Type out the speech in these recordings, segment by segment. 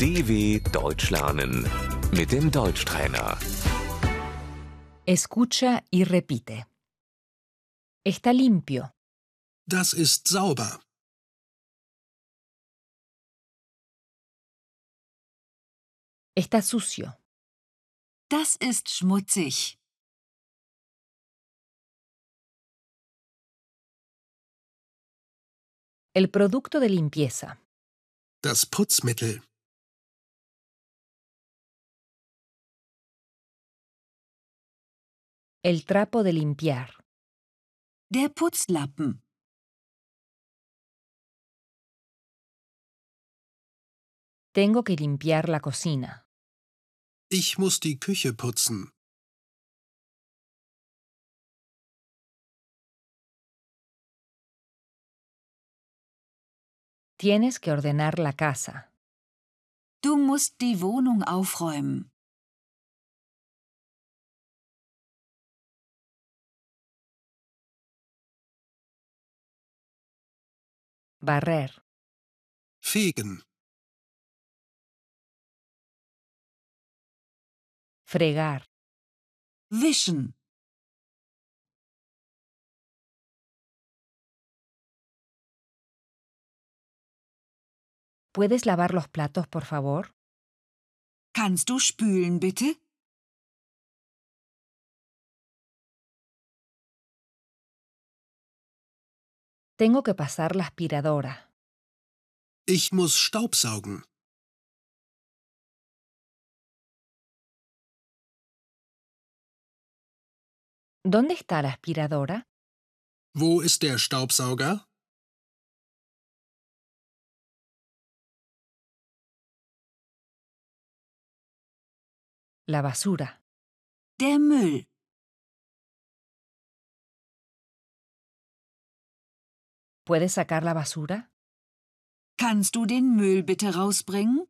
DW Deutsch lernen mit dem Deutschtrainer. Escucha y repite. Está limpio. Das ist sauber. Está sucio. Das ist schmutzig. El producto de limpieza. Das Putzmittel. El trapo de limpiar. Der Putzlappen. Tengo que limpiar la cocina. Ich muss die Küche putzen. Tienes que ordenar la casa. Du musst die Wohnung aufräumen. Barrer. Fegen. Fregar. Wischen. ¿Puedes lavar los platos, por favor? Kannst du spülen bitte? Tengo que pasar la aspiradora. Ich muss Staubsaugen. ¿Dónde está la aspiradora? Wo ist der Staubsauger? La basura. Der Müll. ¿Puedes sacar la basura? Kannst du den Müll bitte rausbringen?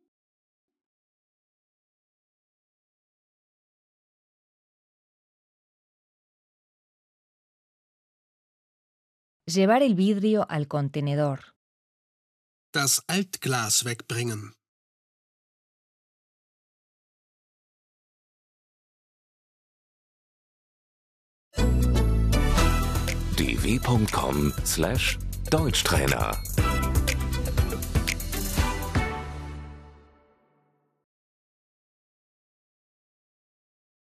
Llevar el vidrio al contenedor. Das Altglas wegbringen. dw.com/deutschtrainer